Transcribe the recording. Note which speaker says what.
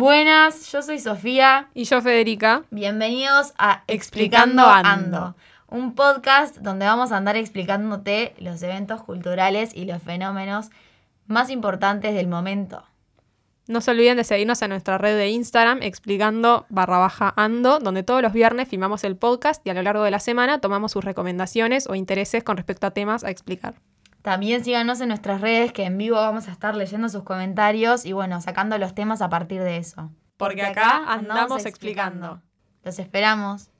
Speaker 1: Buenas, yo soy Sofía.
Speaker 2: Y yo, Federica.
Speaker 1: Bienvenidos a
Speaker 2: Explicando
Speaker 1: Explicando,
Speaker 2: Ando.
Speaker 1: Ando. un podcast donde vamos a andar explicándote los eventos culturales y los fenómenos más importantes del momento.
Speaker 2: No se olviden de seguirnos en nuestra red de Instagram explicando barra baja ando, donde todos los viernes filmamos el podcast y a lo largo de la semana tomamos sus recomendaciones o intereses con respecto a temas a explicar.
Speaker 1: También síganos en nuestras redes que en vivo vamos a estar leyendo sus comentarios y bueno, sacando los temas a partir de eso.
Speaker 2: Porque acá andamos explicando.
Speaker 1: Los esperamos.